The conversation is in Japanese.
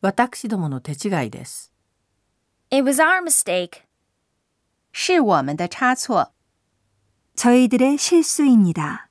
私どもの手違いです。 It was our mistake. 是我们的差错。 저희들의 실수입니다.